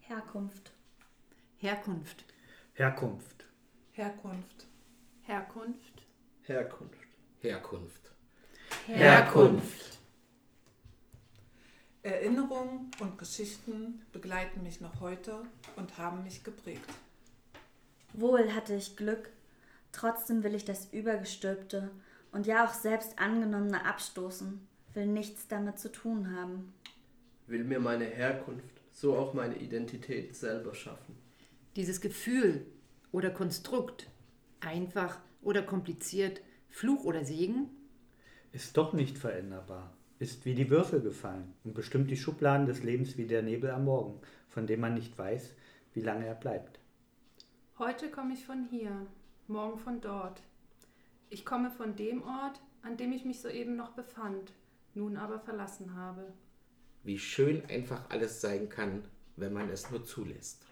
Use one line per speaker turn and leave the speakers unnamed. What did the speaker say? Herkunft.
Herkunft.
Herkunft.
Herkunft.
Herkunft.
Herkunft.
Herkunft.
Herkunft.
Erinnerungen und Geschichten begleiten mich noch heute und haben mich geprägt.
Wohl hatte ich Glück, trotzdem will ich das Übergestülpte und ja auch selbst angenommene abstoßen, will nichts damit zu tun haben.
Will mir meine Herkunft, so auch meine Identität selber schaffen.
Dieses Gefühl oder Konstrukt, einfach oder kompliziert, Fluch oder Segen,
Ist doch nicht veränderbar. Ist wie die Würfel gefallen und bestimmt die Schubladen des Lebens wie der Nebel am Morgen, von dem man nicht weiß, wie lange er bleibt.
Heute komme ich von hier, morgen von dort. Ich komme von dem Ort, an dem ich mich soeben noch befand, nun aber verlassen habe.
Wie schön einfach alles sein kann, wenn man es nur zulässt.